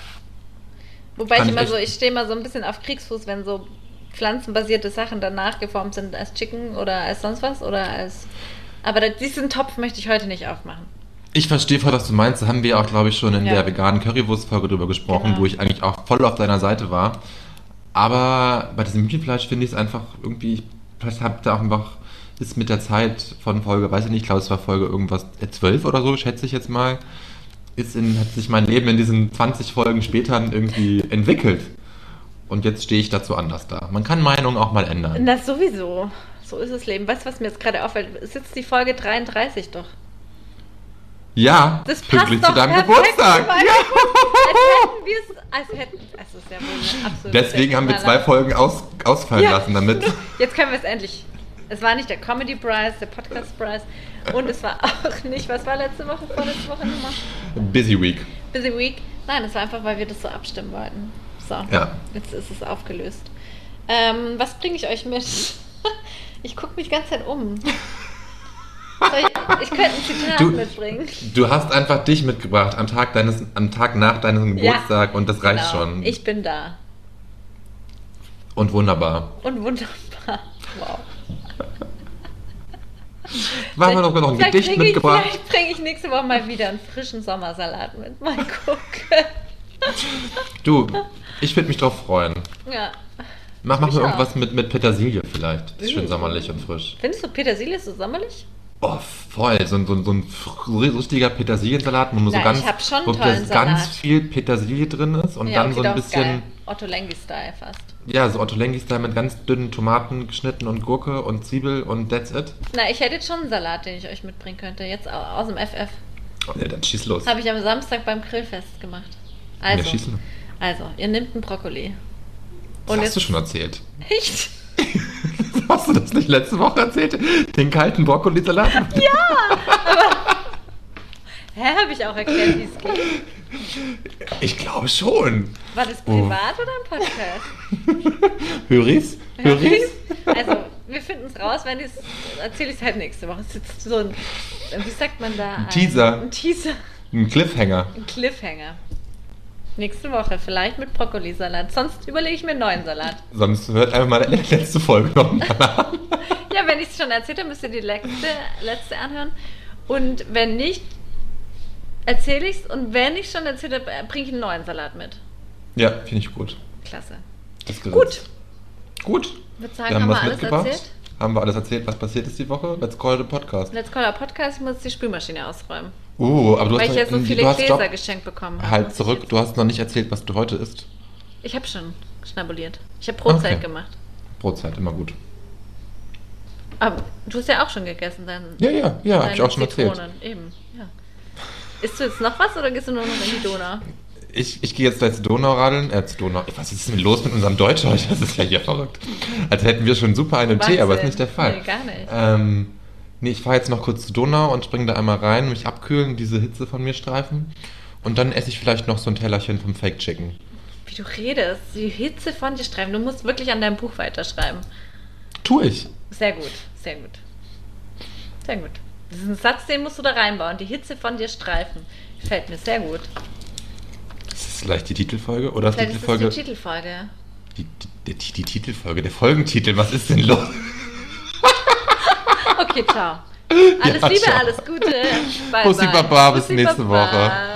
Wobei Kann ich ich immer echt- so, ich stehe mal so ein bisschen auf Kriegsfuß, wenn so pflanzenbasierte Sachen dann nachgeformt sind als Chicken oder als sonst was oder als Aber da- diesen Topf möchte ich heute nicht aufmachen. Ich verstehe voll, was du meinst. Da haben wir auch, glaube ich, schon in Ja. der veganen Currywurst-Folge drüber gesprochen, Genau. wo ich eigentlich auch voll auf deiner Seite war. Aber bei diesem Hühnchenfleisch finde ich es einfach irgendwie, ich- vielleicht habt ihr auch einfach, ist mit der Zeit von Folge, weiß ich nicht, ich glaube, es war Folge irgendwas äh, 12 oder so, schätze ich jetzt mal, ist in, hat sich mein Leben in diesen 20 Folgen später irgendwie entwickelt. Und jetzt stehe ich dazu anders da. Man kann Meinungen auch mal ändern. Das sowieso. So ist das Leben. Weißt du, was mir jetzt gerade auffällt? Es ist jetzt die Folge 33 doch. ja, Das passt pünktlich doch zu deinem perfekt Geburtstag. zu meinem Ja. Geburtstag. Als hätten wir es. Als hätten. Es ist ja wohl eine absolute Deswegen haben wir zwei Knaller. Folgen aus, ausfallen Ja. lassen, damit. Jetzt können wir es endlich. Es war nicht der Comedy Prize, der Podcast Prize. Und es war auch nicht, was war letzte Woche, vorletzte Woche nochmal? Busy Week. Busy Week. Nein, es war einfach, weil wir das so abstimmen wollten. So. Ja. Jetzt ist es aufgelöst. Ähm, was bringe ich euch mit? Ich gucke mich ganz Zeit um. Soll ich, ich könnte ein Zitat Du- mitbringen. Du hast einfach dich mitgebracht am Tag, deines, am Tag nach deinem Ja. Geburtstag und das reicht Genau. schon. Ich bin da. und wunderbar. Und wunderbar. Wow. War haben wir noch noch ein Vielleicht Gedicht bringe ich- mitgebracht. Vielleicht bringe ich nächste Woche mal wieder einen frischen Sommersalat mit. Mal gucken. Du, ich würde mich drauf freuen. Ja. Mach, mach Ich mir auch. irgendwas mit, mit Petersilie vielleicht. Ist schön Mm. sommerlich und frisch. Findest du Petersilie so sommerlich? Oh, voll. So, ein- so, ein- so ein fr- richtiger Petersiliensalat, wo nur so Nein, ganz, ich hab schon wo tollen das Salat. ganz viel Petersilie drin ist und dann okay, so ein doch, ist bisschen. Geil. Otto Lengi-Style fast. Ja, so Ottolenghi Style mit ganz dünnen Tomaten geschnitten und Gurke und Zwiebel und that's it. Na, ich hätte jetzt schon einen Salat, den ich euch mitbringen könnte. Jetzt au- aus dem FF. Ja, Oh, dann schieß los. Habe ich am Samstag beim Grillfest gemacht. Ja, Also, schieß los. also ihr nehmt einen Brokkoli. Das Und hast du jetzt- schon erzählt. Echt? Hast du das nicht letzte Woche erzählt? Den kalten Brokkolisalat? Ja. Hä, habe ich auch erklärt, wie es geht? Ich glaube schon. War das Oh. privat oder im Podcast? Hör ich's? Hör ich's? Also, wir finden es raus, wenn ich erzähle ich es halt nächste Woche. Es ist so ein, wie sagt man da? Ein Teaser. Ein Teaser, Ein Cliffhanger. ein Cliffhanger. Nächste Woche, vielleicht mit Brokkolisalat. Sonst überlege ich mir einen neuen Salat. Sonst hört einfach mal die letzte Folge nochmal an. Ja, wenn ich es schon erzählt habe, müsst ihr die letzte, letzte anhören. Und wenn nicht, erzähle ich es. Und wenn ich schon erzählt habe, bringe ich einen neuen Salat mit. Ja, finde ich gut. Klasse. Das Gut. gesetzt. Gut. Würde sagen, Wir haben haben wir was alles mitgebracht. erzählt. Haben wir alles erzählt, was passiert ist die Woche? Let's call the podcast. Let's call our Podcast. Ich muss die Spülmaschine ausräumen. Oh, aber du Weil hast, ich ja so du viele hast Gläser Job- geschenkt bekommen habe. Halt zurück, du hast noch nicht erzählt, was du heute isst. Ich habe schon schnabuliert. Ich habe Brotzeit Okay. gemacht. Brotzeit, immer gut. Aber du hast ja auch schon gegessen, dann. Ja, ja, ja, hab ich auch schon erzählt. Eben, ja. Isst du jetzt noch was oder gehst du nur noch in die Donau? Ich, ich gehe jetzt gleich zur Donau radeln, äh, zur Donau. Was ist denn los mit unserem Deutsch heute? Das ist ja hier verrückt. Als hätten wir schon super einen Tee, Wahnsinn. aber ist nicht der Fall. Nee, gar nicht. Ähm, nee, ich fahre jetzt noch kurz zur Donau und springe da einmal rein, mich abkühlen, diese Hitze von mir streifen. Und dann esse ich vielleicht noch so ein Tellerchen vom Fake Chicken. Wie du redest, die Hitze von dir schreiben. Du musst wirklich an deinem Buch weiterschreiben. Tu ich. Sehr gut, sehr gut. Sehr gut. Das ist ein Satz, den musst du da reinbauen. Die Hitze von dir streifen. Gefällt mir sehr gut. Ist das vielleicht die Titelfolge? Oder ist die Vielleicht ist das Titelfolge. die Titelfolge. Die, die, die, die Titelfolge, der Folgentitel, was ist denn los? Okay, ciao. Alles Ja, Liebe, ciao. alles Gute. Bye, Bussi bye. Baba, bis Bussi nächste Baba. Woche.